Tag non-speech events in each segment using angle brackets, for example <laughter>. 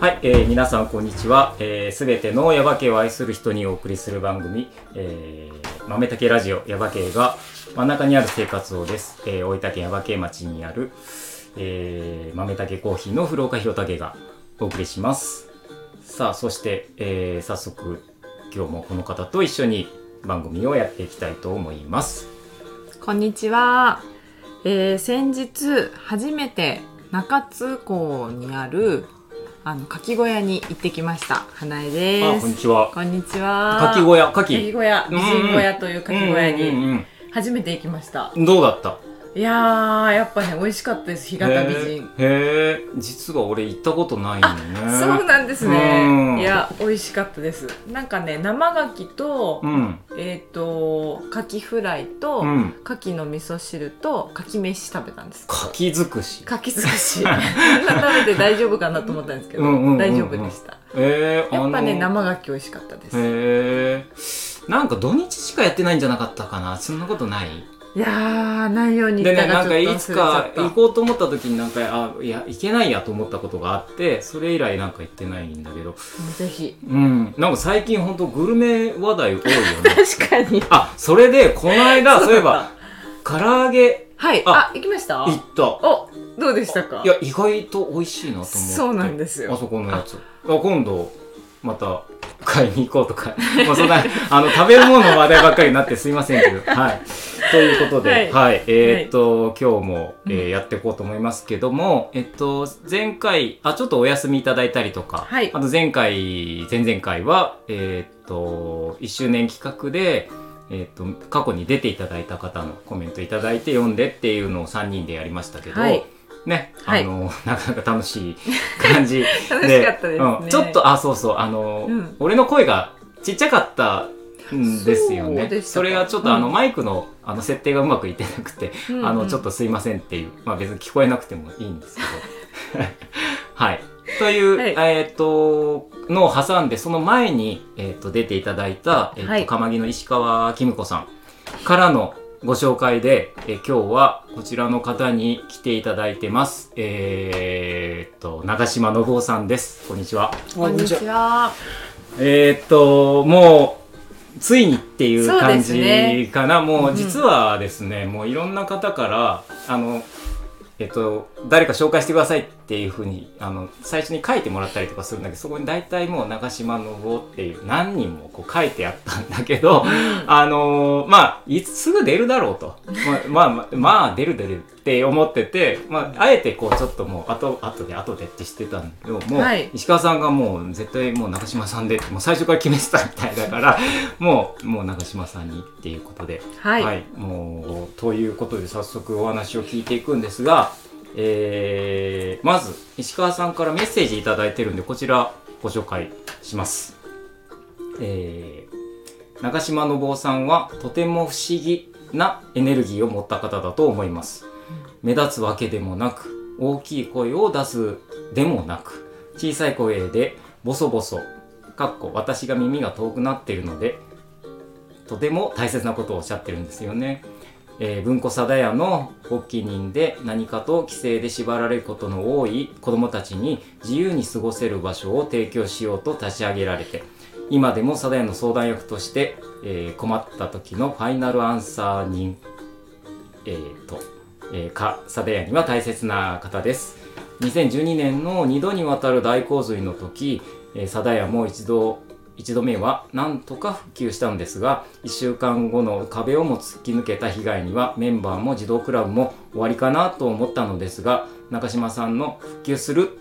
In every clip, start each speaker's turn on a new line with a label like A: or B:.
A: はい、えー皆さんこんにちは。す、え、べ、全てのヤバ系を愛する人にお送りする番組、えー、豆竹ラジオヤバ系が真ん中にある生活をです。えー大分県ヤバ系町にある、えー、豆竹コーヒーの古岡弘武がお送りします。さあ、そして、えー早速今日もこの方と一緒に番組をやっていきたいと思います。
B: こんにちは、えー先日初めて中津港にあるあの牡蠣小屋に行ってきました花江で
A: あ、
B: す
A: こんにちは。
B: こんにちは
A: かき小
B: 屋
A: 屋、かき。
B: 牡蠣小屋
A: うん
B: 美人小屋という牡蠣小屋
A: うん
B: に
A: うん
B: 初めて行きました、
A: うんどうだった
B: いやーやっぱね美味しかったです干潟美
A: へ
B: 人
A: ーへー実は俺行ったことないのね
B: そうなんです
A: う
B: ね
A: ん
B: いや美味しかったですなんかね生牡蠣と、
A: うん
B: えっ、と牡蠣フライと、
A: うん
B: 牡蠣の味噌汁と牡蠣飯食べたんです
A: かき尽くし
B: かき寿司こんな食べて大丈夫かなと思ったんですけど、
A: うんうんうんうん
B: 大丈夫でした
A: えー、
B: やっぱね
A: あの
B: 生牡蠣美味しかったです、
A: へーなんか土日しかやってないんじゃなかったかなそんなことない
B: いやー内容に
A: でねなん
B: がち
A: か
B: ょ
A: い
B: っと
A: つ
B: 忘
A: か
B: れちゃ
A: 行
B: っ
A: こうと思った時になんかあいや行けないやと思ったことがあってそれ以来なんか行ってないんだけど
B: たもうぜひ
A: うんなんか最近ほんとグルメ話題多いよ
B: <laughs>
A: ね
B: 確かに
A: あそれでこの間そういえば
B: だっ
A: 唐揚げ
B: たはい
A: あ
B: あ行きました
A: 行った
B: おどうでしたか
A: いや意外と美味しいなと思って
B: そうなんですよ
A: あそこのやつあ今度また買いに行こうとか <laughs> まあそんなあの食べ物の話題ばっかりになってすいませんけどはいということで、は
B: はいい
A: えーっと今日も、えーやっていこうと思いますけども、えっと前回あちょっとお休みいただいたりとか、
B: はい
A: あと前回前々回はえーっと1周年企画でえーっと過去に出ていただいた方のコメントいただいて読んでっていうのを3人でやりましたけど、
B: はい
A: ね、
B: はい
A: あの <laughs> なかなか楽しい感じ
B: <laughs> 楽しかったですね
A: うんちょっとあそうそうあの、
B: うん
A: 俺の声がちっちゃかったんですよ
B: そう
A: ね
B: でしたか
A: それがちょっと、あの
B: うん
A: マイクのあの設定がうまくいってなくて、
B: うんうん
A: あのちょっとすいませんっていうまあ別に聞こえなくてもいいんですけど <laughs> はいという、
B: は
A: えーっとのを挟んでその前に、えーっと出ていただいた、えーっと
B: はい
A: 釜木の石川きむ子さんからのご紹介で、えー今日はこちらの方に来ていただいてますえーっと長島信夫さんですこんにちは
B: こんにちは
A: えーっともうついにっていう
B: そう
A: 感
B: ですね
A: じかな、も
B: う
A: うん実はですね、もういろんな方からあのえっと誰か紹介してくださいっていうふうにあの最初に書いてもらったりとかするんだけどそこに大体もう長島のぼっていう何人もこう書いてあったんだけど、あのーまあいつすぐ出るだろうと、まあ、まあまあ出る出るって思ってて、まあ、あえてこうちょっともうあと後で後でってしてたんだけどもう、
B: はい
A: 石川さんがもう絶対もう中島さんでもう最初から決めてたみたいだからもうもう中島さんにっていうことで。
B: はい、
A: もうということで早速お話を聞いていくんですが、えーまず石川さんからメッセージ頂いただいてるんでこちらご紹介します。えー中島信夫さんはとても不思議なエネルギーを持った方だと思います。目立つわけでもなく大きい声を出すでもなく小さい声でボソボソかっこ私が耳が遠くなっているのでとても大切なことをおっしゃってるんですよね。えー文庫貞屋の発起人で何かと規制で縛られることの多い子どもたちに自由に過ごせる場所を提供しようと立ち上げられて今でも貞屋の相談役として、えー困った時のファイナルアンサー人、えーとえー、か貞屋には大切な方です2012年の2度にわたる大洪水の時、えー、貞屋も一度一度目はなんとか復旧したんですが1週間後の壁をも突き抜けた被害にはメンバーも児童クラブも終わりかなと思ったのですが中島さんの「復旧する」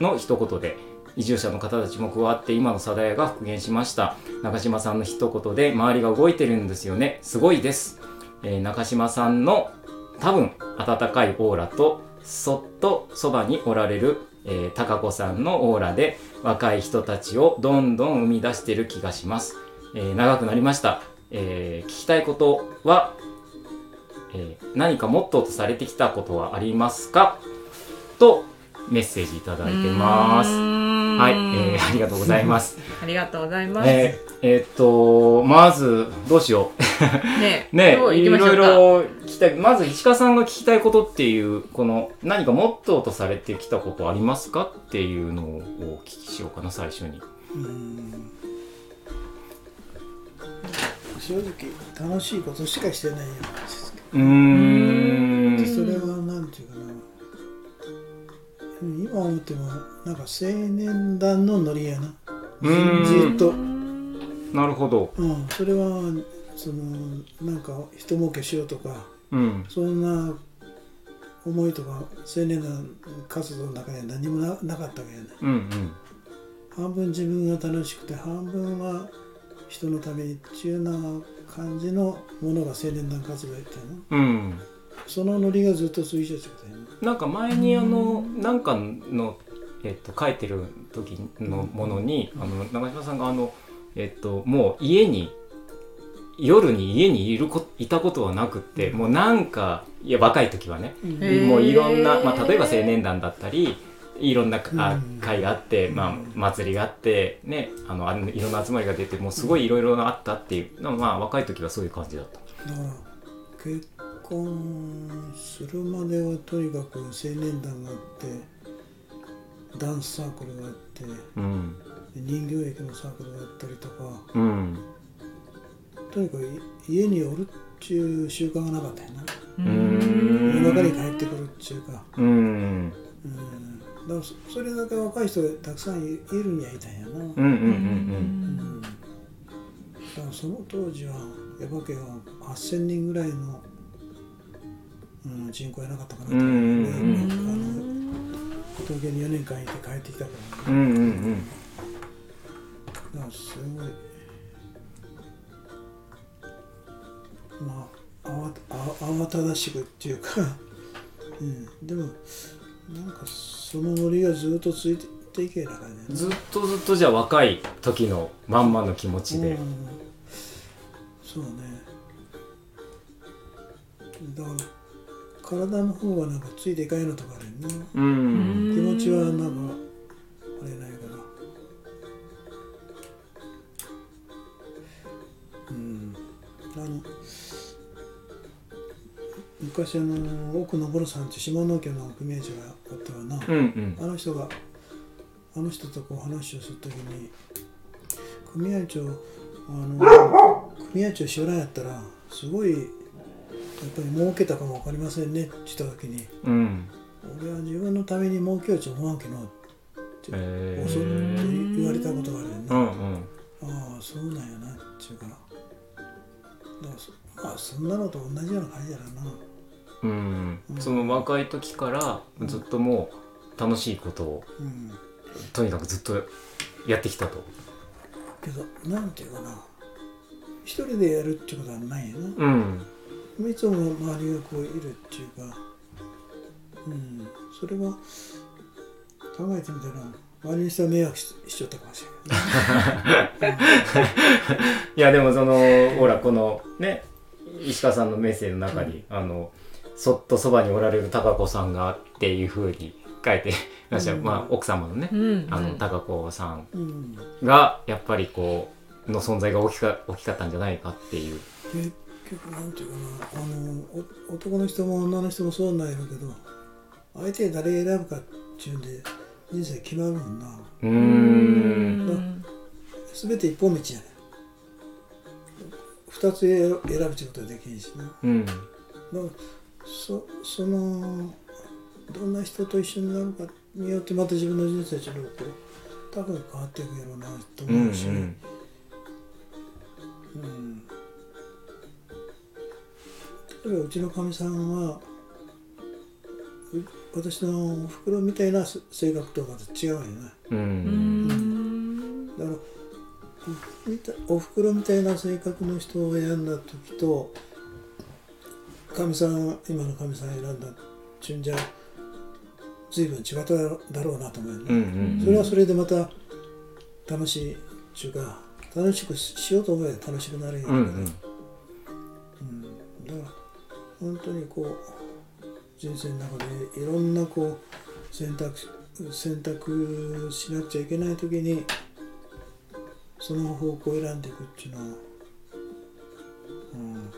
A: の一言で移住者の方たちも加わって今の定屋が復元しました中島さんの一言で周りが動いてるんですよねすごいです、えー中島さんの多分温かいオーラとそっとそばにおられる、えー、高子さんのオーラで若い人たちをどんどん生み出してる気がします、えー長くなりました、えー聞きたいことは、えー何かモットーとされてきたことはありますかとメッセージいただいてます
B: うーん
A: はい、えーありがとうございます。
B: ありがとうございます。ね
A: えーえーっと、まず、どうしよう。
B: <laughs>
A: ね、い
B: ど
A: ろ
B: う
A: い
B: 行きましょうか。
A: ろ聞きたい。まず、石川さんが聞きたいことっていう、この、何かモットーとされてきたことありますかっていうのをお聞きしようかな、最初に。
C: うん正直楽しいことしかしてないようなですけ
A: うーん。
C: どそれはなんていうかなうん今思ってもなんか青年団のノリやな
A: うん
C: ずっと、
A: なるほど。
C: うん、それはそのなんか人儲けしようとか
A: うん。
C: そんな思いとか青年団活動の中には何もななかったわけじゃない
A: うんうん。
C: 半分自分が楽しくて半分は人のためにっていうような感じのものが青年団活動やったよな
A: うん。
C: そのノリがずっと続いちゃってたよな
A: なんか前にあのなんかの、えっと、書いてる時のものにあの長嶋さんがあの、えっと、もう家に夜に家にいるこいたことはなくってもうなんかいや若い時はね
C: うん
B: へー
A: もういろんな、まあ、例えば青年団だったりいろんなあ
C: うん
A: 会があって、まあ、祭りがあって、ね、あのあのいろんな集まりが出てもうすごいいろいろあったっていう、まあ、若い時はそういう感じだった。
C: だから結婚するまではとにかく青年団があってダンスサークルがあって
A: うん
C: 人形劇のサークルがあったりとか
A: うん
C: とにかく家におるっちゅう習慣がなかったよな
B: う
A: うん
C: 夜中に帰ってくるっちゅうか
A: うん
C: うんだからそそれだけ若い人がたくさんいいるにはいたんやな、
A: うんうんうんうん
C: うんだからその当時は耶馬渓は8000人ぐらいの、うん、人口やなかったかなと思
A: う
C: う
A: んうんうん
C: ねあの東京に4年間いて帰ってきたからね
A: うんうん
C: だからすごいまあ慌た慌慌ただしくっていうか、うん、でもなんかそのノリがずっとついていけなかね
A: うんずっとずっとじゃあ若い時のまんまの気持ちで
C: うんそうねだから体の方はなんかついていかんようなとこあるよね
A: う
B: うん
C: 気
B: ん
C: 持ちはなんかあれないからうんあの昔あの奥昇さんって下野家の組合長がおったわな、
A: うんうん
C: あの人があの人とこう話をするときに組合長あの組合長知らんやったらすごいやっぱり儲けたかも分かりませんねって言ったときに
A: うん
C: 俺は自分のために儲けようと思わんけの
A: え
C: そう
A: ー
C: 言われたことがあるよね、
A: う
C: あ
A: んうん
C: あそうなんやなっていうからだからそまあそんなのと同じような感じやらな
A: うんその若い時からずっともう楽しいことを
C: うん
A: とにかくずっとやってきたと
C: けどなんていうかな一人でやるってことはないよな、
A: うん
C: いつも周りがこういるっていうか、うん、それは考えてみたら周りの人は迷惑ししちゃったかもしれない、
A: いやでもそのほらこのね石川さんのメッセージの中に、あのそっとそばにおられる貴子さんがっていうふうに書いてらっしゃる、
C: うん
A: まあ奥様のね、
B: うん
A: あの貴子さん
C: うん、
A: がやっぱりこうの存在が大きか大きかったんじゃないかっていう。
C: 結局なんていうかなあのお男の人も女の人もそうなんやろうけど相手誰選ぶかっていうんで人生決まるもんな
A: うー。
B: うんん
C: 全て一本道やね二つ選ぶ選ぶってことはできんしな、
A: うん。
C: だからそそのどんな人と一緒になるかによってまた自分の人生ちょっとこう多分変わっていくやろうなと
A: うん。う
C: 思うし、
A: ん。
C: うん例えばうちのかみさんはう私のおふくろみたいなす性格とはまた違うよね
A: う。
B: うんん
C: だからおみたおふくろみたいな性格の人を選んだ時とかみさん今のかみさん選んだチュンじゃ随分違っただろうなと思うよ
A: う
C: ね、
A: ん。
C: それはそれでまた楽しいっていうか楽しくししようと思えば楽しくなるんやけ
A: うん。
C: ど、
A: うん。
C: うんだから本当にこう人生の中でいろんなこう選択肢選択しなくちゃいけない時にその方向を選んでいくっていうのは、うん、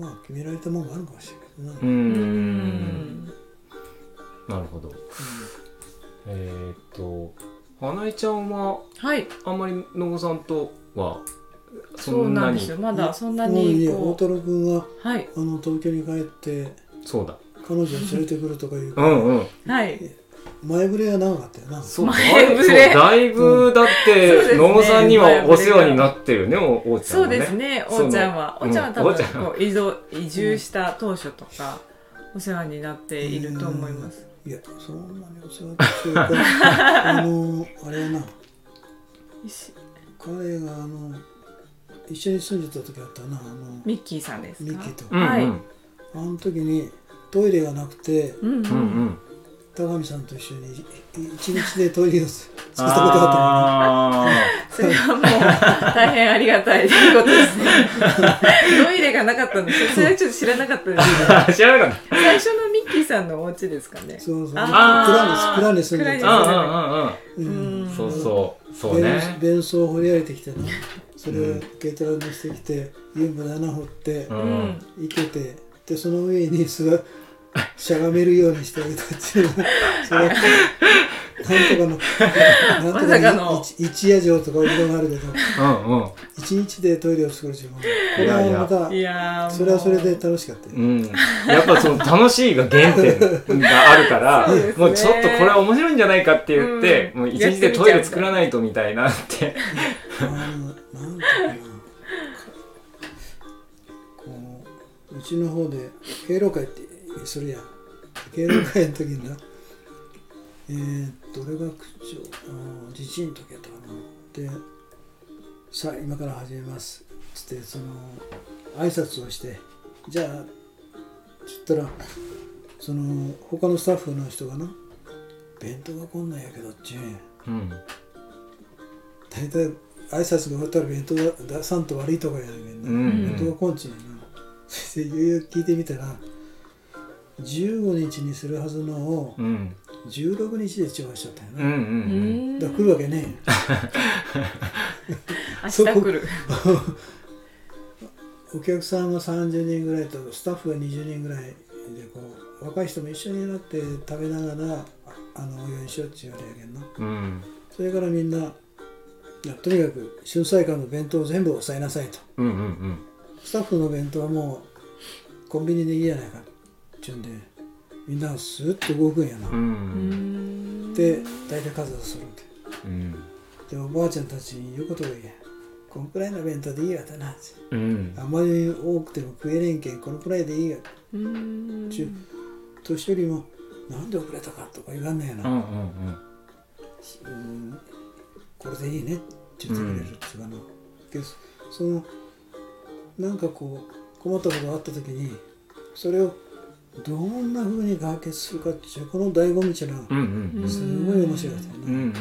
C: まあ決められたもんがあるかもしれない
A: う
B: う
C: けどな、
B: んん
A: なるほどえーっと花江ちゃんは
B: はい
A: あんまり野茂さんとは
B: そうなんですよまだそんな
C: もういい
B: に
C: や大
B: こ
C: 太郎君は
B: うはい
C: あの東京に帰って
A: そうだ
C: 彼女を連れてくるとかいう
A: うんうん
B: はい
C: 前触れは長かったよな
A: そうだ
B: 前触れ
A: いぶだいぶだっ
B: そうです
A: て
B: ね
A: 野茂さんにはお世話になってるねおおうちゃん
B: そ
A: は
B: う
A: ね
B: ですね、
A: その
B: おちゃんは。
A: うん
B: おちゃんは多
A: お
B: 分
A: ちゃんは
B: こう移動、移住した当初とか、お世話になっていると思います。
C: いやそんなにお世話ってい
B: <laughs>
C: うかあのあれはな
B: し
C: 彼があの一緒に住んでた時あったなあの
B: ミッキーさんですか
C: ミッキーと
A: うん
B: はい
A: うん
C: あの時にトイレがなくて
B: うんうん。
A: うんうん
C: 高見さんと一緒にいい一日でトイレを作ったことがあっ
A: あ
B: それはもう、大変ありがたいということですね。トイレがなかったんですよ。それはちょっと知らなかったです
A: <laughs>
B: けど。
A: ー知らなかった
B: 最初のミッキーさんのお家ですかね
C: た。そうそう蔵
A: あー
C: に蔵に住んで
B: 蔵に
C: た
A: う
B: う
C: うん
B: んん。
A: んうんうんそうそうそうね
C: 便便所を掘り上げてきてなそれ
A: う
C: を
A: ん
C: 軽トラに乗せてきて湯船穴掘って
A: う
B: うんん。
C: 生けてでその上に座しゃがめるようにしてあげたっていうそれはなんとかのなん
B: ま
C: と
B: さ
C: か
B: か
C: の
B: の
C: 一一夜城とかお風呂があるけど
A: うんうん
C: 一日でトイレを作る自分これ
A: いやいや
C: はまた
B: いやーもう
C: それはそれで楽しかったよ
A: うん、やっぱその楽しいが原点があるから
B: <laughs> そうですね
A: もうちょっとこれは面白いんじゃないかって言って、
B: うん
A: もう一日でトイレ作らないとみたいなって
C: あのなんていうかなこううちの方で敬老会ってするやん敬老会の時になえー、どれが区長あー自治委員の時やったかなでさあ今から始めますつってその挨拶をしてじゃあつったらその他のスタッフの人がな弁当がこんなんやけどっちゅうんや
A: うん
C: 大体挨拶が終わったら弁当だ出さんと悪いとかやねん
A: う
C: な、
A: ん
C: 弁当がこんちんやなそしていよいよ聞いてみたら15日にするはずのを
A: うんうん
C: 16日で調和しちゃったよ
A: う
C: な、
A: んう
C: だ
B: うんん。
C: から
B: 明
C: 来るわけねえよ
B: 日来る。
C: お客さんが30人ぐらいとスタッフが20人ぐらいでこう若い人も一緒になって食べながらああのお祝いしようって言われやけんな
A: うん
C: それからみんないやとにかく春菜館の弁当を全部抑えなさいと
A: うんうんうん
C: スタッフの弁当はもうコンビニでいいやないかっていうんでみんなスーッと動くんやな、
A: う
B: うんん
C: で大体数をするわけ
A: うん
C: でおばあちゃんたちに言うことがいいやこんくらいの弁当でいいやったなって
A: うん
C: あまり多くても食えれんけんこのくらいでいいや
B: うん
C: ちゅ年寄りもなんで遅れたかとか言わんねや
A: う
C: な、
A: ん
C: うんこれでいいねって言ってくれるっていうかな、けどそのなんかこう困ったことがあった時にそれをどんなふうに解決するかっていうこの醍醐味っていうのは
A: うんうん
C: すごい面白かったよね、
A: うん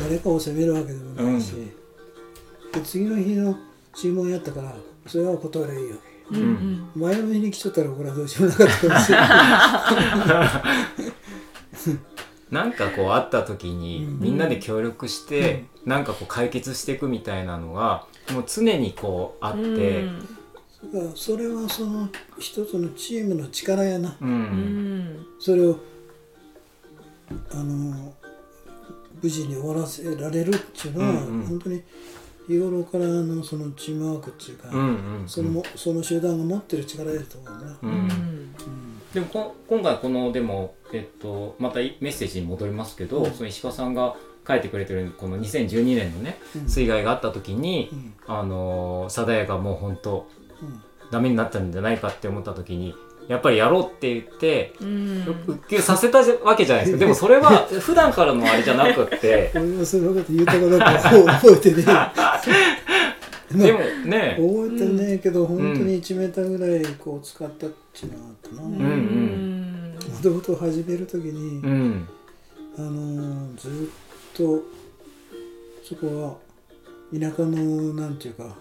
C: 誰かを責めるわけでもないし、
A: う
C: で次の日の注文やったからそれはお断りいいよ
B: うんうん。
C: 前の日に来ちゃったらこれはどうしようもなかったかも
A: <laughs>
C: しれない
A: なんかこう会った時に
C: うん
A: みんなで協力してなんかこう解決していくみたいなのがもう常にこうあっ
B: うん
A: て
C: だからそれはその一つのチームの力やな
A: う
B: うんん。
C: それをあの無事に終わらせられるっていうのは、
A: うんうん
C: 本当に日頃からのそのチームワークっていうか、
A: うんうんうん
C: そのもその集団が持ってる力だと思うな、
A: う
B: うんん。
C: うん
A: でもこ今回このでも、えっと、またメッセージに戻りますけど、
C: うん
A: その石川さんが書いてくれてるこの2012年のね
C: うん
A: 水害があった時に
C: う、ん
A: あのー貞也がもう本当
C: うん
A: ダメになったんじゃないかって思った時にやっぱりやろうって言って
B: うん
A: う復旧させたわけじゃないですかでもそれは普段からのあれじゃなくって
C: 俺はそのこと言うたことか覚えてね
A: <laughs>
C: え
A: でも
C: まあ
A: ね
C: 覚えてねえけど、本当に1メーターぐらいこう使ったっていうのがあったな
B: う
C: も
A: ん
B: ん。
C: ともと始める時に、
A: うん
C: あのーずーっとそこは田舎のなんていうか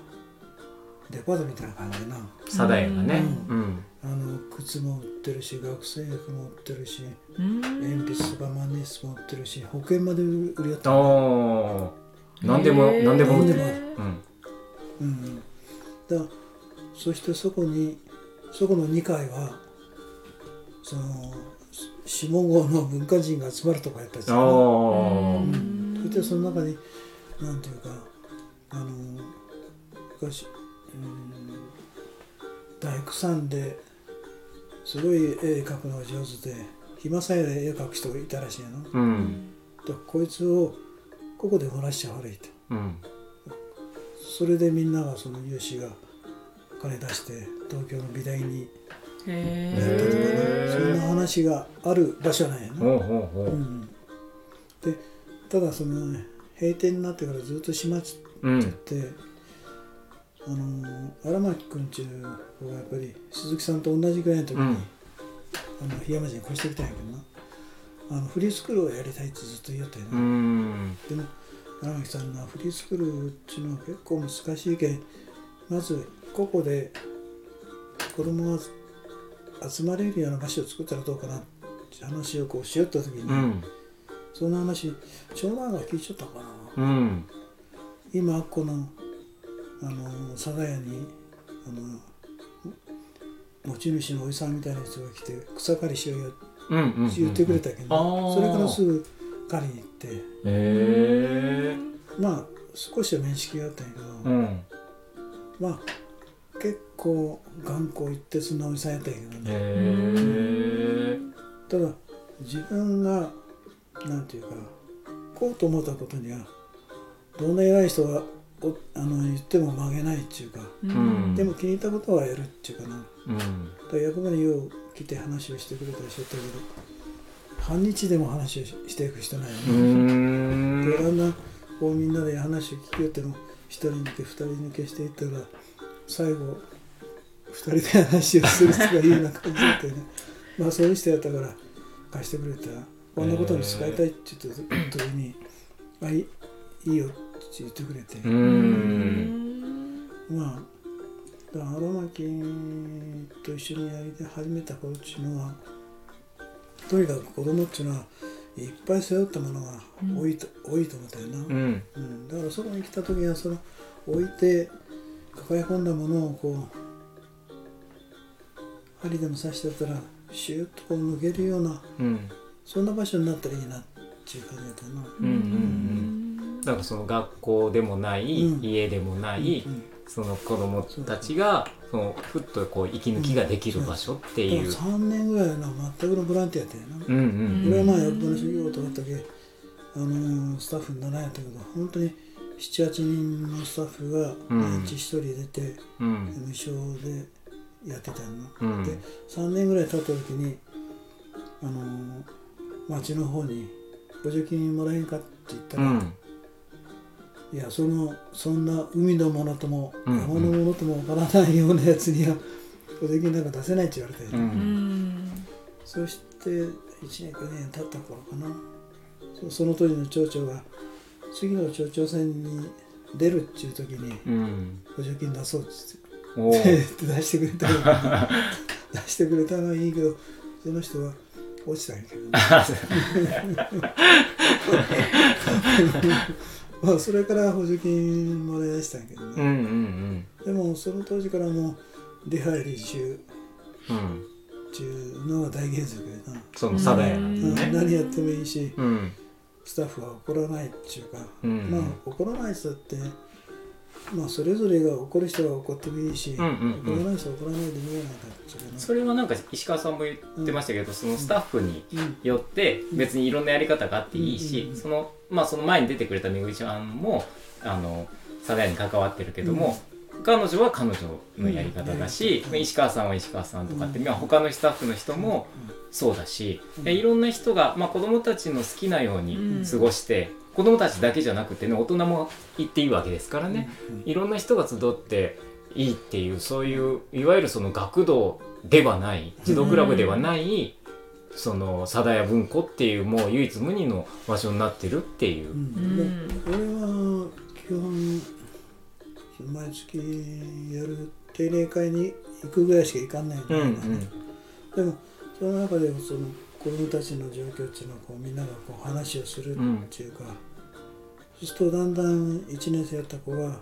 C: デパートみたいな感じでな
A: サダエがねうん
C: あの靴も売ってるし学生服も売ってるし
B: うん
C: 鉛筆スパマネスも売ってるし保険まで売りやった
A: おーなんでも
B: へー
A: なんでも売って
C: る
A: うん
C: うんだそしてそこにそこの2階はそのし下郷の文化人が集まるとかやったりするの
A: お
B: う
A: ー
B: ん
C: そしてその中になんていうかあの昔、うん、大工さんですごい絵描くのが上手で暇さえあれ絵描く人がいたらしいの。だか
A: うん
C: らこいつをここで漏らしちゃ悪いと。
A: うん
C: それでみんながその有志が金出して東京の美大に
B: へ
C: 行ったとかねそんな
B: え
C: 話がある場所なんやな、
A: ほうほう
C: う
A: ほ
C: ん、でただその閉店になってからずっと閉まっちゃ
A: ううん
C: ってあのー荒牧君ちゅう子がやっぱり鈴木さんと同じぐらいの時に、
A: うん
C: あの檜山路に越してきたんやけどなあのフリースクールをやりたいってずっと言いよったよな、
A: うん
C: でも荒牧さんがフリースクールっていうのは結構難しいけんまずここで子供が集まれるような場所を作ったらどうかなって話をこうしよった時に、
A: うん
C: その話長男が聞いちゃったかな、
A: うん
C: 今このあの佐賀屋にあの持ち主のおじさんみたいな人が来て草刈りしようよって
A: うんうんうん
C: 言ってくれたけど、
A: あー
C: それからすぐ刈りに行って
A: へえ
C: まあ少しは面識があったんやけど、
A: うん
C: まあ結構頑固一徹なおじさんやったんやけど
A: へ
C: ね
A: え
C: ただ自分がなんていうかこうと思ったことにはどんな偉い人がおあの言っても曲げないっていうか
A: うん
C: でも気に入ったことはやるっていうかな
A: うん
C: だから役場によう来て話をしてくれたりしよったけど半日でも話をししていく人なんや
A: うー
C: ね、
A: ん
C: であんなこうみんなで話を聞きよっても一人抜け二人抜けしていったら最後二人で話をするとかいうような感じだったよね <laughs> まあそういう人やったから貸してくれたこんなことに使いたいって言った時に「あいいいいよ」って言ってくれて、
A: うー
B: うんん
C: まあだから荒牧と一緒にやり始めた頃っていうのはとにかく子供っていうのはいっぱい背負ったものが多いと,、多いと思ったよな。
A: うん
C: うん、だからそこに来た時はその置いて抱え込んだものをこう針でも刺してたらシューッとこう抜けるような
A: うん
C: そんな場所になったらいいなっていう感じだったな。
A: うんうんうんだからその学校でもない、
C: うん
A: 家でもない、
C: うん
A: その子供たちがそのふっとこう息抜きができる場所って
C: だか
A: い
C: ら
A: う。
C: 3年ぐらいはな全くのボランティアやったよな。
A: うんうん
C: 俺はまあ役場の職業とかあったけ、あのースタッフにならんやったけど本当に78人のスタッフが
A: うん
C: 毎日1人出て
A: うん
C: 無償でやってたよな。
A: うん
C: で3年ぐらい経った時に、あのー町の方に補助金もらえんかって言った
A: う
C: ら、
A: ん
C: いやそのそんな海のものとも
A: うん
C: 山のものともわからないようなやつには補助金なんか出せないって言われて、
A: う
B: うんん
C: そして1年か2年経った頃かなそその当時の町長が次の町長選に出るっていう時に
A: うん
C: 補助金出そうって言って。
A: お
C: って
A: ー
C: <laughs> 出してくれたの出してくれたのはいいけどその人は落ちたんやけどね、まあそれから補助金もらい出したんやけど
A: う
C: ね、
A: んうん
C: でもその当時からもう出入り中
A: うんうん
C: っていうのが大原則やな、
A: そのサダヤなん
B: う
A: で
B: ん
A: ね
C: うん何やってもいいし
A: うん
C: スタッフは怒らないっていうか、
A: うん
C: まあ怒らない人だってまあそれぞれが怒る人は怒ってもいいし、
A: うんうんうん
C: 怒らない人は怒らないでもいいやないかっていうかな
A: それはなんか石川さんも言ってましたけどそのスタッフに
C: うん
A: よって別にいろんなやり方があっていいし、
C: うん
A: そのまあその前に出てくれためぐりちゃんもあのサダヤに関わってるけども、彼女は彼女のやり方だし、
C: うん
A: 石川さんは石川さんとかって、
C: うん
A: まあ他のスタッフの人もそうだし、でいろんな人が、まあ、子供たちの好きなように過ごして、子供たちだけじゃなくてね大人も行っていいわけですからね、
C: うん
A: いろんな人が集っていいっていうそういういわゆるその学童ではない児童クラブではない、その貞屋文庫っていうもう唯一無二の場所になってるっていうう。
C: ん
B: う
C: で
B: ん
C: 俺は基本その毎月やる定例会に行くぐらいしか行かんないんだけ
A: うん
C: ど
A: う
C: ね
A: ん
C: でもその中でその子供たちの状況っていうのはこうみんながこう話をするっていうか、そうするとだんだん1年生やった子が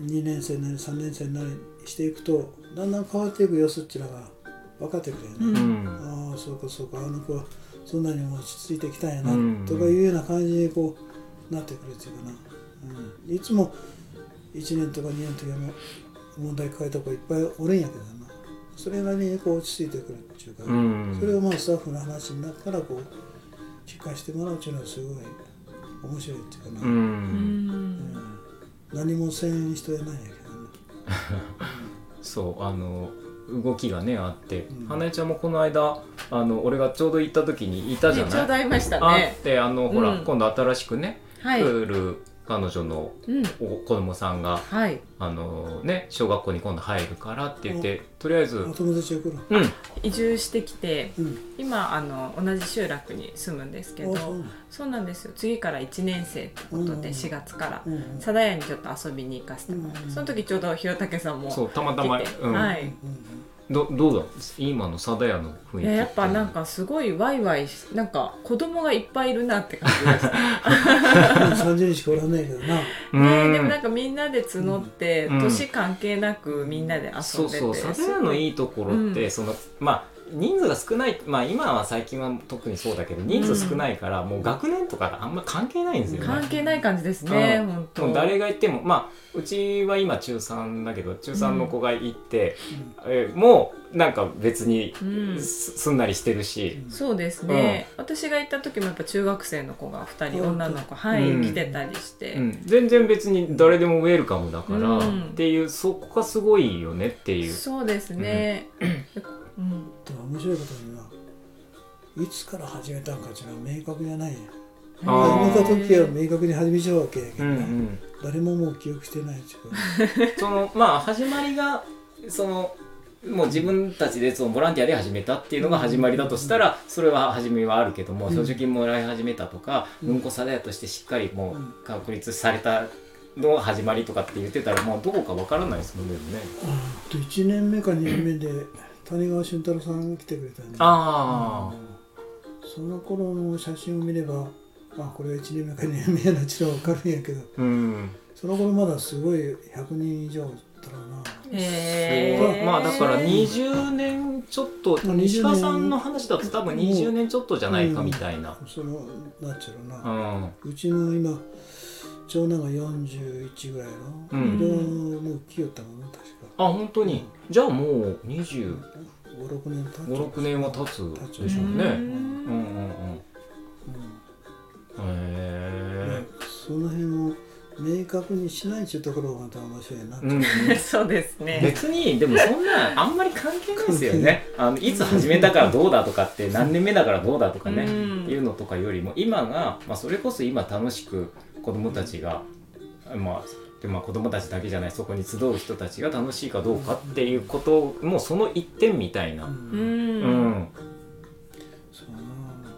C: 2年生になり3年生になりしていくとだんだん変わっていく様子っていうのが分かってくるよね。
B: うん
A: うん
C: ああそうかそうかあの子はそんなにも落ち着いてきたんやな、
A: うん
C: とかいうような感じにこうなってくるっていうかな、うん、いつも1年とか2年の時はもう問題抱えた子いっぱいおるんやけどなそれなりにこう落ち着いてくるっていうか、
A: うん
C: それをまあスタッフの話の中からこう実感してもらうっていうのはすごい面白いっていうかな、
A: う
B: うんん
C: 何もせん人やないんやけどな
A: そうあの動きがねあって、
C: うん
A: 花江ちゃんもこの間あの俺がちょうど行った時にいたじゃ
B: ねちょう
A: ない、
B: どいました
A: あ
B: ね
A: ってあのほら、
B: うん
A: 今度新しくね、
B: はい、
A: 来
B: う
A: る彼女の
B: ん、
A: お子供さんが
B: はい
A: あのね小学校に今度入るからって言ってとりあえず
C: あ友達が来る
A: うん
B: 移住してきて
C: うん
B: 今あの同じ集落に住むんですけど
C: あそう
B: そうなんですよ次から1年生ってことで
C: うん
B: 4月から
C: うんうん
B: 貞屋にちょっと遊びに行かせてもらっ
C: う
B: て
C: ん
B: その時ちょうど弘武さんも
A: そうたまたま
B: 来て、
A: うん
B: はい
A: どどうだ今の貞屋の雰囲
B: い
A: 気
B: ややっぱなんかすごいワイワイしなんか子供がいっぱいいるなって感じでした、
C: 30人しかおらんないけどな
A: う
B: ね、でも
A: ん
B: なんかみんなで募って、
A: うん
B: 年関係なくみんなで遊
A: そ
B: ん
A: う
B: でて
A: そう貞屋のいいところって、
B: う
A: そのまあ人数が少ないまあ今は最近は特にそうだけど人数少ないから、もう学年とかあんま関係ないんですよね
B: 関係ない感じですね、
A: うん
B: 本
A: も
B: 当
A: う誰が行ってもまあうちは今中3だけど中3の子が行って、えもうなんか別に
B: うん
A: す,、ん、なりしてるし、
C: うん
B: そうですね、私が行った時もやっぱ中学生の子が2人
C: うん
B: 女の子はい、
A: うん
B: 来てたりして、
A: うん全然別に誰でもウェルカムだから、
B: うん
A: っていうそこがすごいよねっていう。
B: そうですね、うん
C: だから面白いことにないつから始めたんかっていうのは明確じゃないやん
A: あー
C: 始めた時は明確に始めちゃうわけやけ
A: う
C: ど
A: んう
C: な、
A: ん、
C: 誰ももう記憶してないっていうか
A: その <laughs> まあ始まりがそのもう自分たちでそのボランティアで始めたっていうのが始まりだとしたらそれは初めはあるけども
C: うん
A: 補助金もらい始めたとか
C: うん
A: 文庫サダヤとしてしっかりも
C: うん
A: う確立されたのが始まりとかって言ってたらもうどこかわからないですもんねでもね。
C: あーと1年目か2年目で谷川俊太郎さんが来てくれたんで
A: あ
C: その頃の写真を見ればあこれは1年目か2年目やなちょっと分かるんやけど
A: あうん
C: その頃まだすごい100人以上だったろうな
B: へえ
A: まあだから20年ちょっと
C: 20年
A: 西川さんの話だと多分20年ちょっとじゃないかみたいな。
C: そのなんちゅうのな、
A: うん
C: うちの今長男が41ぐらいの、
A: うん
C: でもう来よったもんな確か
A: あ本当にじゃあもう25、
C: 56年経っちゃう
A: 6年は経つ
C: 経
A: でし
C: っち
A: ょ
C: ゃ
A: う
C: う
A: ね。うん
B: うん
A: うんうん
C: う
A: へ
C: んその辺を明確にしないっていうところがまた面白いな、
A: え、うん、
B: <laughs> そうですね
A: 別にでもそんなあんまり関係ないですよねあのいつ始めたからどうだとかって何年目だからどうだとかね、
B: うん
A: いうのとかよりも今が、まあ、それこそ今楽しく子供たちが、まあでまあ、子供たちだけじゃないそこに集う人たちが楽しいかどうかっていうこともその一点みたいな。
B: う
C: うん
A: うんん
C: そうな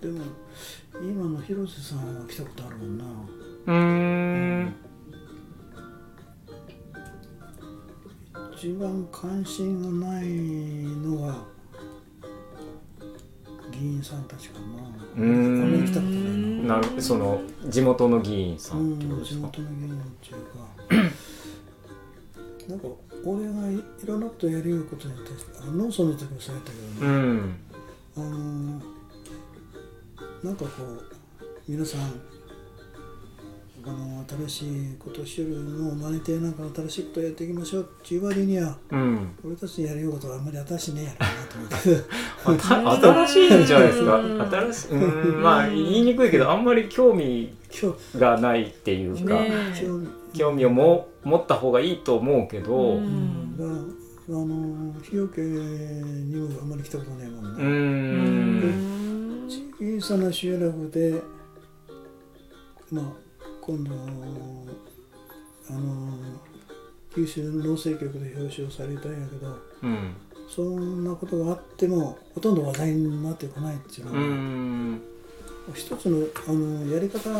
C: でも今の広瀬さんは来たことあるもんな
A: うーん
C: 一番関心がないのは議員さんたちかな
A: うーん
C: あんまり来たことないな
A: なるその地元の議員さ
C: うん
A: ってこと
C: ん、
A: で
C: 地
A: すか
C: 元の芸人っていうかなんか俺がいいろんなことやりようことに対してあの農村の時もそうやったけ
A: う
C: どね、
A: ん
C: あのーなんかこう皆さんあの新しいことをしよるのを真似てなんか新しいことをやっていきましょうっていう割には
A: うん
C: 俺たちのやりようことはあんまり私ねえやろうなと思って
A: あた新しいんじゃないですか
B: うん
A: 新しいうんまあ言いにくいけどあんまり興味
C: 今
A: がないっていうか、
B: ね
C: 日今日
A: 興味をも持った方がいいと思うけど
B: う
A: うん
C: が、あのー日よけにもあんまり来たことないもんな、
A: ーん
C: 小さな集落でまあ今度あの九州の農政局で表彰されたんやけど
A: うん
C: そんなことがあってもほとんど話題になってこないっていう
A: う
C: の
A: ー
C: は、
A: ん
C: 一つのあのやり方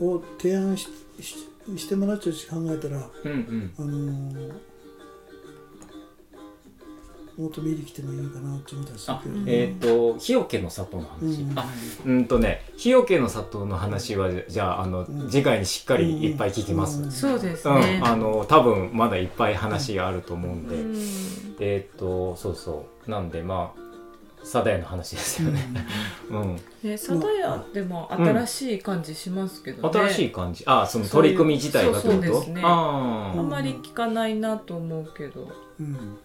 C: をを提案しししてもらっちゃうし考えたら、
A: うんうん
C: あのー、もっと見に来てもいいかなって思ったんです
A: あ
C: けど、
A: えっ、と日よけの里の話、
C: うん
A: あうんとね日よけの里の話はじゃああの、
C: うん
A: 次回にしっかりいっぱい聞きます、
C: うん
B: そうです
A: うん
B: ね。
A: あの多分まだいっぱい話があると思うんで、
B: うん
A: えーっとそうそうなんでまあサダヤの話ですよね、うん
B: ね、サダヤでも新しい感じしますけどね。
A: 新しい感じあその取り組み自体がってこと
B: そういうそうそうですね
A: あ
B: あ
A: あ
B: んまり聞かないなと思うけど。
C: うん <laughs>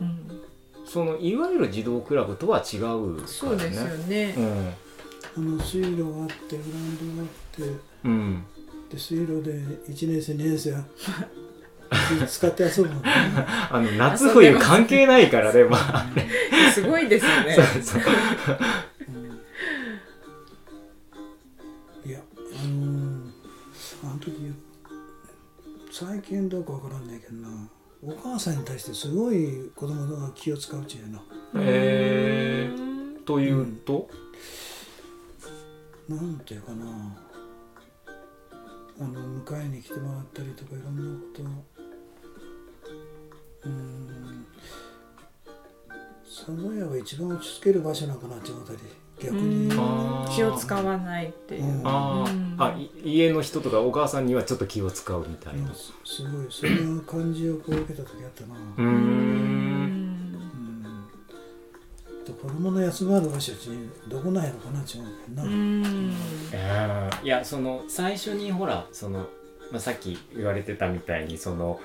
B: うん、
A: そのいわゆる児童クラブとは違うからね
B: そうですよね。
A: うん
C: あの水路があってグラウンドがあって
A: うん、
C: で水路で1年生2年生 <laughs> 使って遊ぶの、ね、
A: あの夏冬関係ないからねまあ
B: すごいですよね。
A: そう <laughs> そう
C: いやあのー、あの時最近どうかわからんないけどなお母さんに対してすごい子供が気を使うっちゅうの
A: えー、というと、
C: なんていうかなあの迎えに来てもらったりとかいろんなことうーん佐野屋が一番落ち着ける場所なんかなって思ったり逆に
A: ん
B: うん気を使わないっていう。
C: うん
A: あー、
B: うん
A: あい家の人とかお母さんにはちょっと気を使うみたいな、
C: すすごいそんな感じをこう受けた時あったな、
A: うー
B: うんん
C: うんと子供の休まる場所ってどこなんやろかなって思うけど
B: う
C: な、
B: ん
A: いやその最初にほらその、まあ、さっき言われてたみたいにその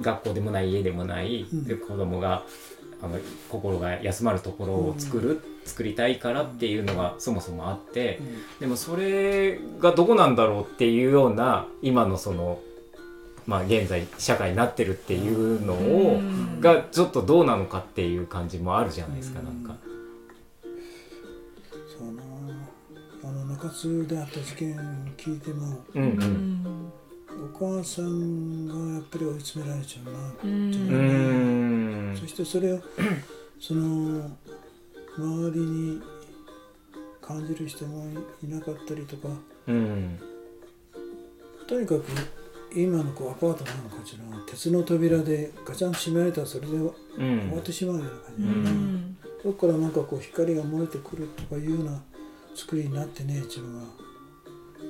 A: 学校でもない家でもない、
C: うん
A: で子供があの心が休まるところを作る、作りたいからっていうのがそもそもあって、でもそれがどこなんだろうっていうような今のその、まあ、現在社会になってるっていうのを、
B: うん
A: がちょっとどうなのかっていう感じもあるじゃないですか、
C: うん
A: なんか。
C: そうなあの中津であった事件聞いても
A: うん
B: う
A: うん
B: ん
C: お母さんがやっぱり追い詰められちゃうな、
B: うん
A: うーん
C: そして
A: <clears throat>
C: それをその周りに感じる人もいなかったりとか
A: うん
C: とにかく今のこうアパートなのかちら鉄の扉でガチャンと閉められたらそれで終
A: う
C: わ
A: ん
C: ってしまうような感
B: う
C: じだよね、
B: ん
C: そこからなんかこう光が漏れてくるとかいうような作りになってね自分は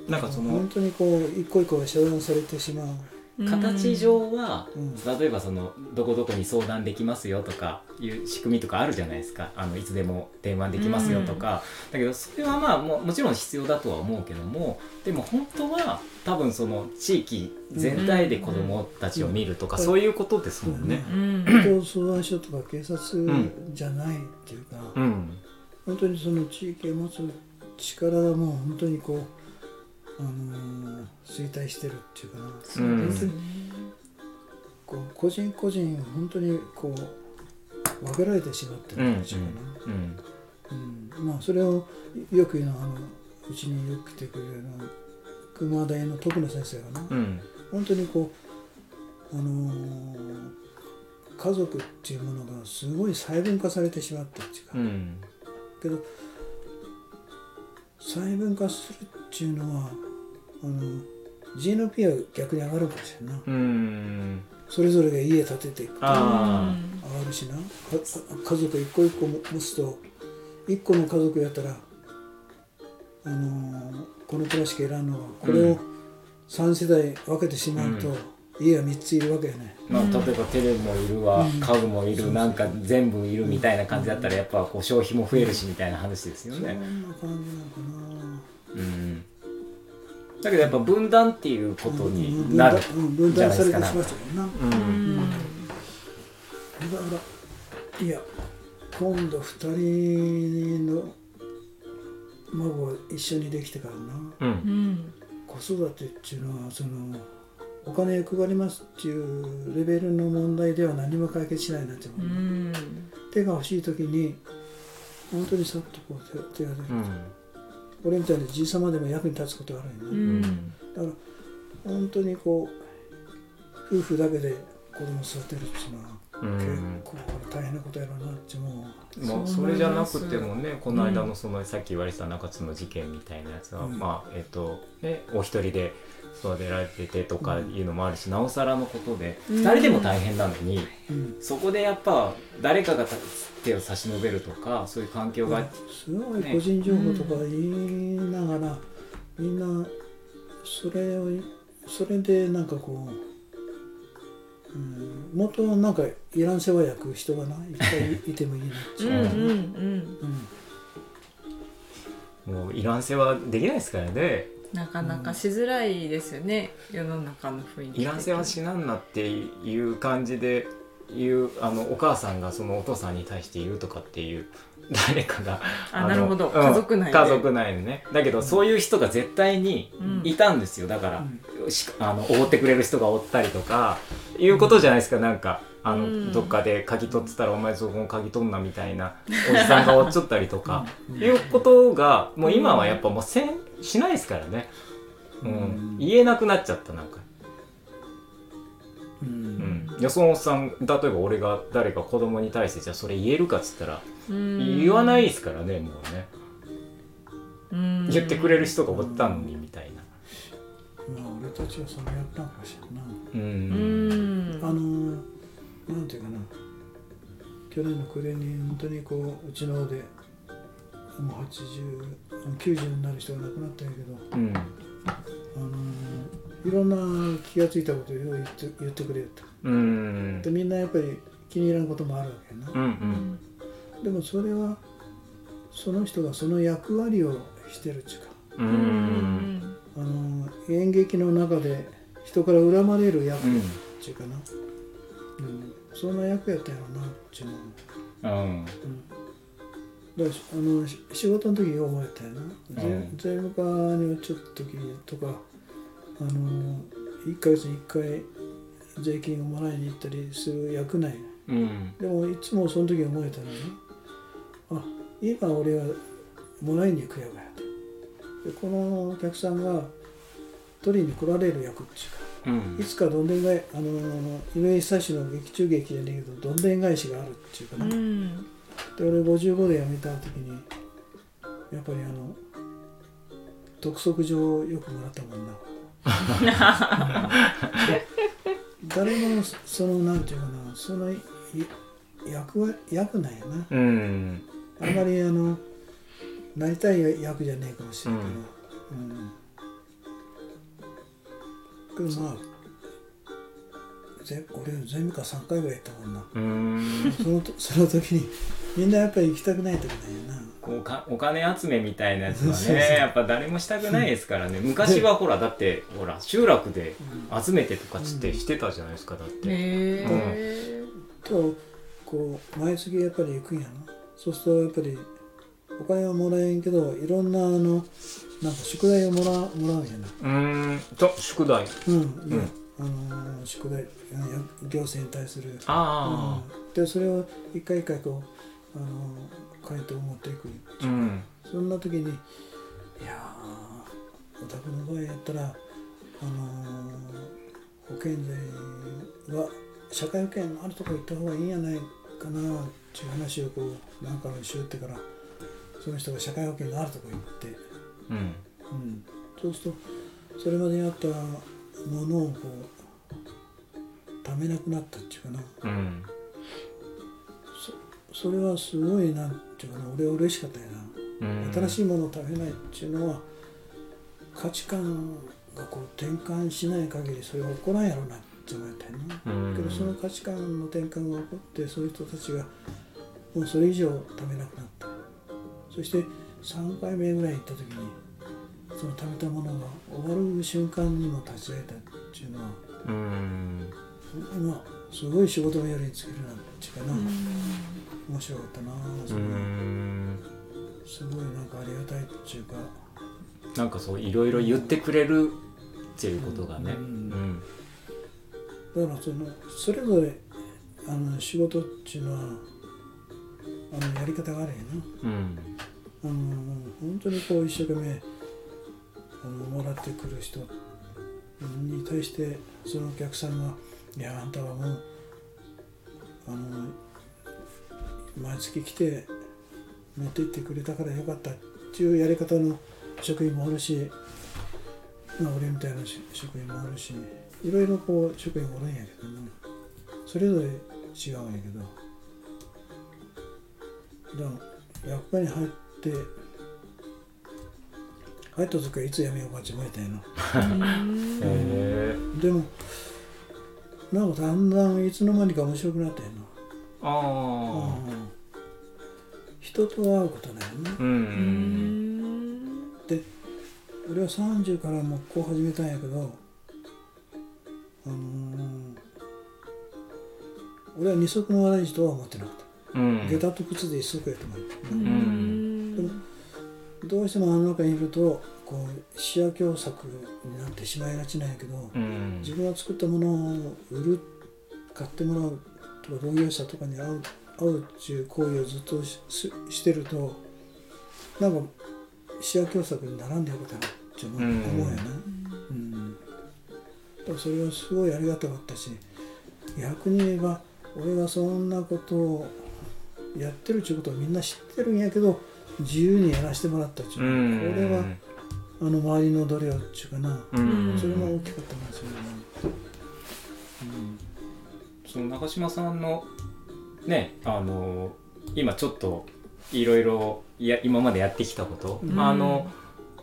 A: なんかその
C: 本当にこう一個一個が遮断されてしま
A: <clears throat>
C: う
A: 形上は、
C: うん
A: 例えばそのどこどこに相談できますよとかいう仕組みとかあるじゃないですかあのいつでも電話できますよとか、だけどそれはまあももちろん必要だとは思うけどもでも本当は多分その地域全体で子どもたちを見るとか、
C: うん
A: そういうことですもんね。
B: うん
C: 人相談所とか警察じゃないっていうか、
A: うん
C: 本当にその地域を持つ力がもう本当にこう、あのー衰退してるっていうかな
B: そうですね
C: こう個人個人本当にこう分けられてしまってるっていうかな、
A: うん
C: うんまあそれをよく言うのはあのうちによく来てくれるのは熊大の徳野先生がな、
A: うん
C: 本当にこうあのー家族っていうものがすごい細分化されてしまったっていうか、
A: うん
C: けど細分化するっていうのはあの GNP は逆に上がるかもしれんな
A: うん
C: それぞれが家建てていくと
A: ああ
C: 上がるしなか家族一個一個も持つと一個の家族やったら、あのーこの暮らしか選んのはこれ
A: う
C: を
A: ん
C: 3世代分けてしまうと、
A: うん
C: 家は3ついるわけやね
A: まあ、例えばテレビもいるわ、
C: うん
A: 家具もいる、
C: そうそう
A: なんか全部いるみたいな感じだったらやっぱこう消費も増えるしみたいな話ですよ
C: そんな
A: ね。
C: 感じなのかな
A: うん、だけどやっぱ分断っていうこと
C: うん
A: に
C: 分
A: なる
C: 断。うん分断されてしまったもんな
A: うん
C: だからいや今度2人の孫が一緒にできてからな
A: うん
C: 子育てっていうのはそのお金配りますっていうレベルの問題では何も解決しないなって思う、手が欲しい時に本当にさっとこう手手が出る、俺みたいなじいさまでも役に立つことがあるよ
A: う
B: う
C: ね、
B: ん
A: ん
C: だから本当にこう夫婦だけで子供を育てるっていうのは
A: う
C: 結
A: ん
C: 構これ大変なことやろうなってもう
A: まあ、
B: そう
A: そ
B: 思います
A: れじゃなくてもねこの間のその、さっき言われてた中津の事件みたいなやつは、
C: うん
A: まあえっ、と、ね、お一人で育てられててとかいうのもあるし、なおさらのことで
B: うん
A: 2人でも大変なのに、
C: うん
A: そこでやっぱ誰かが手を差し伸べるとかそういう環境が、
C: すごい個人情報とか言いながら、みんなそれをそれでなんかこう、うん、元はなんかいらん世話焼く人がないっぱいいてもいいなっ
B: う
C: て
B: ん
C: いう
B: ん
C: う、
B: うん
C: うん
A: もういらん世話できないですからね
B: なかなかしづらいですよね、世の中の雰囲気
A: いらん世話しなんなっていう感じで言うあのお母さんがそのお父さんに対して言うとかっていう <laughs> 誰かが
B: あ
A: の
B: なるほど
A: うん
B: 家族内で
A: 家族内でねだけどそういう人が絶対に
B: うん
A: いたんですよだから、しあの覆ってくれる人がおったりとかいうことじゃないですかなんかあの、
B: うん
A: どっかで鍵取ってたらお前そこの鍵取んなみたいなおじさんがおっちょったりとか
C: うん
A: いうことがもう今はやっぱもうせんしないですからね、うん
C: うん
A: 言えなくなっちゃったなんか、
C: うん
A: うん、よそのおっさん例えば俺が誰か子供に対してじゃあそれ言えるかっつったら
B: うん
A: 言わないですからねもうね
B: うん
A: 言ってくれる人がおったのにみたいな。
C: まあ俺たちはそれやったのかしらな、
A: う
B: うんん
C: あのーなんていうかな去年の暮れに本当にこううちの方でもう80 90になる人が亡くなったんやけ
A: う
C: ど、
A: ん
C: あのーいろんな気がついたことをよう言って言ってくれよと
A: うん
C: でみんなやっぱり気に入らんこともあるわけやな、
A: うんうん
B: ん
C: でもそれはその人がその役割をしてるっていうか、
A: う
B: うんん
C: あのー演劇の中で人から恨まれる役
A: う
C: っ
A: ん
C: ていうかな、うん、そんな役やったんやろなっていうのを
A: うん
C: だからしあのし仕事の時に覚えたよな
A: う
C: 税
A: ん
C: 税務課に落ちた時とかあの1ヶ月に1回税金をもらいに行ったりする役ない
A: うん
C: でもいつもその時思えたのねあ今俺はもらいに行く役やとでこのお客さんが取りに来られる役っていうか
A: うん
C: いつかどんでん返あの井上久志の劇中劇じゃねえけどどんでん返しがあるっていうか
B: う
C: な、
B: ん
C: で俺55で辞めた時にやっぱりあの督促状をよくもらったもんなうん誰もそのなんていうかなそのい役は役なんやな
A: うん
C: あんまりあのなりたい役じゃねえかもしれないけど、うんけどまあぜ俺全部か3回ぐらいやったもんな
A: うん
C: そのとその時にみんなやっぱり行きたくない時なんやな
A: おかお金集めみたいなやつは
C: そうそうそう
A: ねやっぱ誰もしたくないですからね昔はほらだってほら集落で集めてとかつってしてたじゃないですかだって
B: へえ
C: とこう毎月やっぱり行くんやなそうするとやっぱりお金はもらえんけどいろんなあのなんか宿題をもらもらうんやな
A: うんと宿題
C: うん、いやあのー宿題あのや行政に対する
A: あ
C: うん、でそれを一回一回こうあのー回答を持っていく
A: あうん
C: そんな時にいやーお宅の場合やったらあのー保険税は社会保険のあるとこ行った方がいいんやないかなっていう話をこうなんかのしよってからその人が社会保険のあるとこ行って、
A: うん
C: うん、そうするとそれまでにあったものをこう貯めなくなったっていうかな
A: うん
C: それはすごいなんていうかな俺は嬉しかったよな。
A: うん
C: 新し
A: い
C: いものを食べないっていうのは価値観がこう転換しない限りそれは起こらんやろうなって思ったよな、
A: うん
C: けどその価値観の転換が起こってそういう人たちがもうそれ以上食べなくなったそして3回目ぐらい行った時にその食べたものが終わる瞬間にも立ち会えたっていうのは
A: うん
C: まあすごい仕事がやりにつけるなんていうかな、面白かったな
A: う
C: それは
A: ん
C: すごいなんかありがたいっていうか
A: なんかそういろいろ言ってくれるっていうことがねう
C: うん
A: ん
C: だからそのそれぞれあの仕事っていうのはあのやり方があるんや
A: う
C: な
A: ん
C: あの本当にこう一生懸命あのもらってくる人に対してそのお客さんが「いやあんたはもうあの毎月来て持って行ってくれたからよかったっていうやり方の職員もおるし、まあ、俺みたいなし職員もおるしいろいろこう職員もおるんやけどもそれぞれ違うんやけどだから役場に入って入った時はいつ辞めようかって迷ったんやな。
A: へえ
C: でもなんかだんだんいつの間にか面白くなってんの、
A: あ
C: うん人と会うことだよね
A: あうん
C: で俺は30から木工始めたんやけどあのー俺は二足のわらじとは思ってなかった、
A: うん
C: 下駄と靴で一足やと思った、
A: ん
C: でもどうしてもあの中にいるとこう視野狭作になってしまいがちなんやけど、
A: うん
C: 自分が作ったものを売る買ってもらうとか同業者とかに会う会うっていう行為をずっとしししてるとなんか視野狭作に並んでよかったなって思う
A: うん
C: 思うよね。うんでもそれはすごいありがたかったし逆に言えば俺がそんなことをやってるっていうことをみんな知ってるんやけど自由にやらせてもらったっていうう、
A: ん
C: これはあの周りの努力っていうかな、
A: うん
C: それも大きかったなそれも
A: その中島さんのねあの今ちょっといろいろいや今までやってきたこと、
C: うん
A: まあ、あの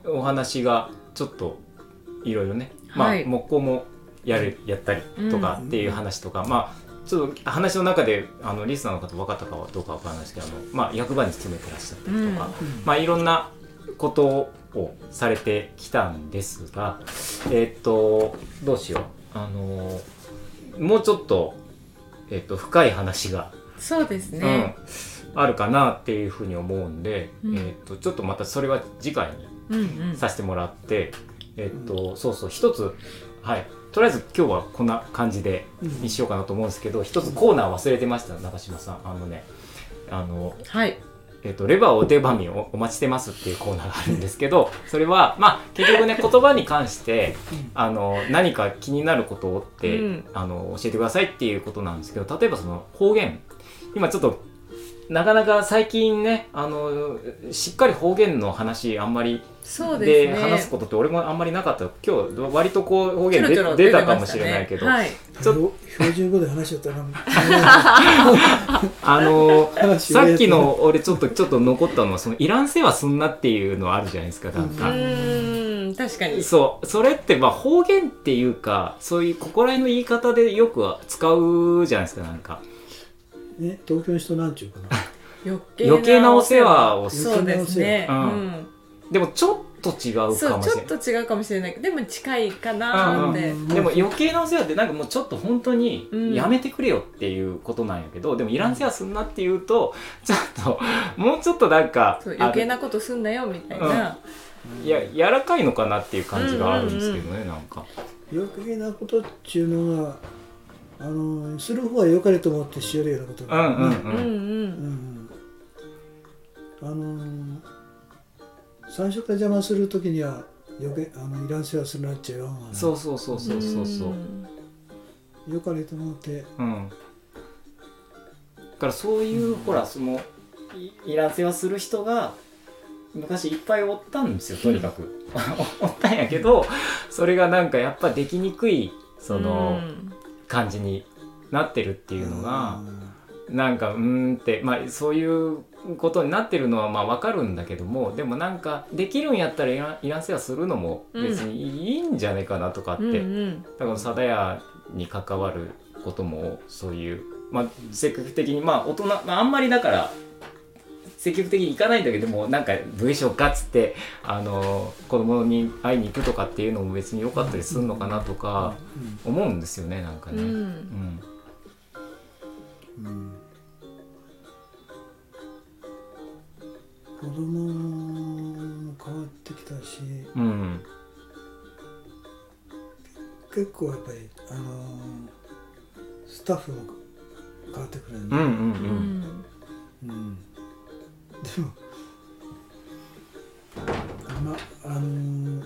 A: お話がちょっといろいろね、まあ
B: はい
A: 木工もやるやったりとかっていう話とか、まあちょっと話の中であのリスナーの方分かったかどうかわからないですけどあの、まあ、役場に勤めてらっしゃったりとか、
C: うん
A: まあ、いろんなことをされてきたんですが、えっとどうしようあのもうちょっと,、えっと深い話が、
B: そうですね。
A: うん、あるかなっていうふうに思うんで、
B: うん
A: えっとちょっとまたそれは次回
B: うんう
A: に
B: ん。
A: させてもらって、えっとそうそう一つはいとりあえず今日はこんな感じで
C: うん
A: にしようかなと思うんですけど一つコーナー忘れてました中島さんあのねあの
B: はい。
A: えっとレバーをお手紙をお待ちしてますっていうコーナーがあるんですけどそれはまあ結
B: <laughs>
A: 局ね言葉に関してあの何か気になることをって、
B: うん
A: あの教えてくださいっていうことなんですけど例えばその方言今ちょっとなかなか最近ねあのしっかり方言の話あんまり
B: そう
A: で
B: ですね。
A: 話すことって俺もあんまりなかった今日割とこう方言
B: ちょろ
A: で
B: ちょろ
A: 出たか
B: ま
A: も
B: し
A: し
B: ね
A: れないけど、
B: はい。
A: ちょっ
C: と標準語で話しちゃった
A: <laughs>
C: ら
A: あの
C: 話
A: さっきの俺ちょっとちょっと残ったのはそのいらんせはすんなっていうのあるじゃないですかなん
B: う
A: か。
B: ーん、確かに。
A: そうそれってまあ方言っていうかそういうここら辺の言い方でよくは使うじゃないですかなんか
C: ね東京の人なんちゅうかな
B: 余
A: 余計なお世話を
C: する
B: そうですね。
A: う
B: うんん。
A: でもちょっと違うかもしれ
B: そ
A: な
B: う
A: い
B: ちょっと違うかもしれないけどでも近いかなーって、
C: うん
A: でも余計なお世話ってなんかもうちょっと本当に
B: うん
A: やめてくれよっていうことなんやけど、でもいらん世話すんなって言うとちょっともうちょっとなんか
B: そう余計
A: な
B: なことすんなよみたいな、
A: や柔らかいのかなっていう感じがあるんですけどね、なんか
C: 余計なことっちゅうのがあのする方は良かれと思ってしよるようなこと
A: うんうん
B: う、
A: うん
B: う
A: ん
B: ん
C: うんうんあの最初から邪魔する時には余計あのいらん世話するなっちゃうよ
A: そうそうそうそうそうそう、
B: ん
C: 良かれと思って
A: うん、だからそういう、ほらそのいいらん世話する人が昔いっぱいおったんですよとにかく <laughs> おったんやけどそれがなんかやっぱできにくいその
B: うん
A: 感じになってるって
C: い
A: いうのが、なんかうーんって、まあ、そういうことになってるのはまあわかるんだけどもでもなんかできるんやったらいらいらん世話するのも別にいいんじゃねえかなとかって、
B: うんうん
A: だから貞屋に関わることもそういう、まあ、積極的にまあ大人、まあ、あんまりだから積極的に行かないんだけどもなんか文章かっつってあの子供に会いに行くとかっていうのも別に良かったりするのかなとか思うんですよねなんか
B: う
A: ね。うん
B: ん
C: うん子供も変わってきたし
A: うん
C: 結構やっぱり、あのースタッフも変わってくるよ
A: うんう
C: ね、
B: うんん
C: うんでもまあのー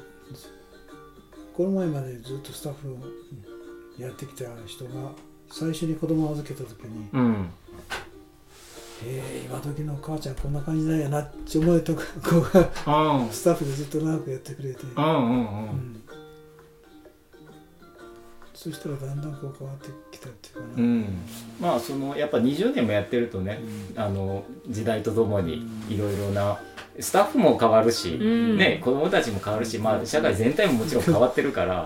C: この前までずっとスタッフをやってきた人が最初に子供を預けた時に
A: うん
C: えー、今時の母ちゃんこんな感じなんやなって思えた子が
A: うん
C: スタッフでずっと長くやってくれて、
A: うんうんう
C: うんんそしたらだんだんこう変わってきたっていうかな、
A: うんまあそのやっぱ20年もやってるとね、あの時代とともにいろいろなスタッフも変わるし、
B: うん
A: ね子供たちも変わるし、まあ、社会全体ももちろん変わってるから
C: で、あ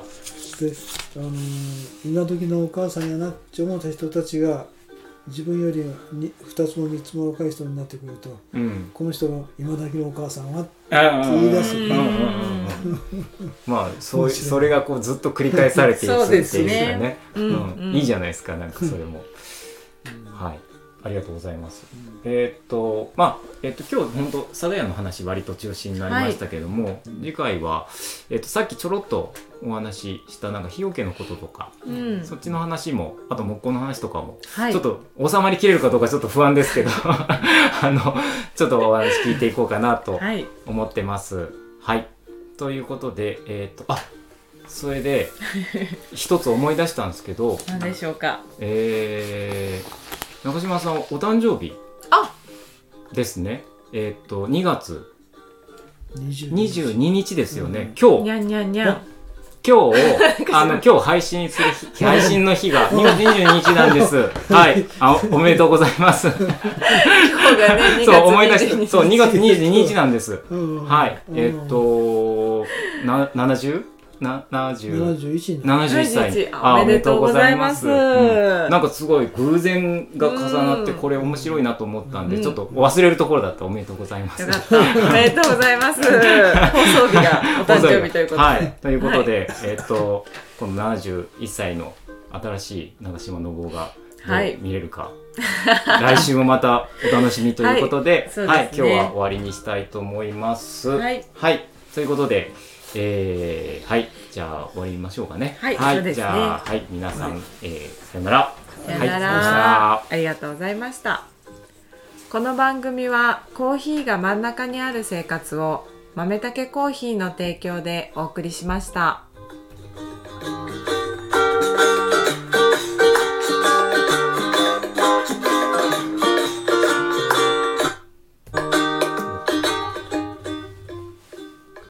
C: のー今時のお母さんやなって思った人たちが自分よりに2つも3つも若い人になってくると
A: うん
C: この人が今時のお母さんは
A: 言
C: 言い出す
A: うんうんうんうんまあそう
C: 面白い
A: それがこうずっと繰り返されていく
B: そ
A: っ
B: う
A: て
B: です
A: いう
B: ね
A: かね
B: う
A: うん
B: ん
A: いいじゃないですかなんかそれもはいありがとうございますえーっとまあえーっと今日本当佐田屋の話割と中心になりましたけども、次回は、えーっとさっきちょろっとお話ししたなんか日よけのこととか、
B: うん
A: そっちの話もあと木工の話とかも
B: はい
A: ちょっと収まりきれるかどうかちょっと不安ですけど <laughs> あのちょっとお話聞いていこうかなと
B: はい
A: 思ってます。はいということでえーっとあそれ
B: <laughs>
A: で一つ思い出したんですけど
B: 何でしょうか
A: えー、中島さんお誕生日
B: あ
A: ですねえーっと2月
C: 20
A: 22日ですよね、今
B: に
A: 日
B: ゃんにゃんにゃん <laughs>
A: 今日をあの今日配信する日配信の日が2月22日なんですはいあおおめでとうございます
B: 今日がね2月
A: そう思い出したそう2
B: 22
A: 月22日なんです
C: うん
A: はい
C: うん
A: えーっとな 70? な70
C: 71になる
A: 71歳
B: 71あおめでとうございます
A: おめでとうございますうんなんかすごい偶然が重なって
B: うん
A: これ面白いなと思ったんで、
B: うん
A: ちょっと忘れるところだったおめでとうございます
B: よかったおめでとうございます放送日がお誕生日ということで
A: は、いということで、えっとこの71歳の新しい長島信夫がど
B: はいう
A: 見れるか、来週もまたお楽しみということで,、
B: はいそうですね
A: 今日は終わりにしたいと思います。
B: はい
A: ということで、えーはいじゃあ終わりましょうかね。
B: はいそうです
A: じ
B: ね
A: ゃあはい皆さん、えーさよなら。
B: さよな
A: はい
B: ら、
A: さよなら
B: ありがとうございましたこの番組はコーヒーが真ん中にある生活を豆たけコーヒーの提供でお送りしました。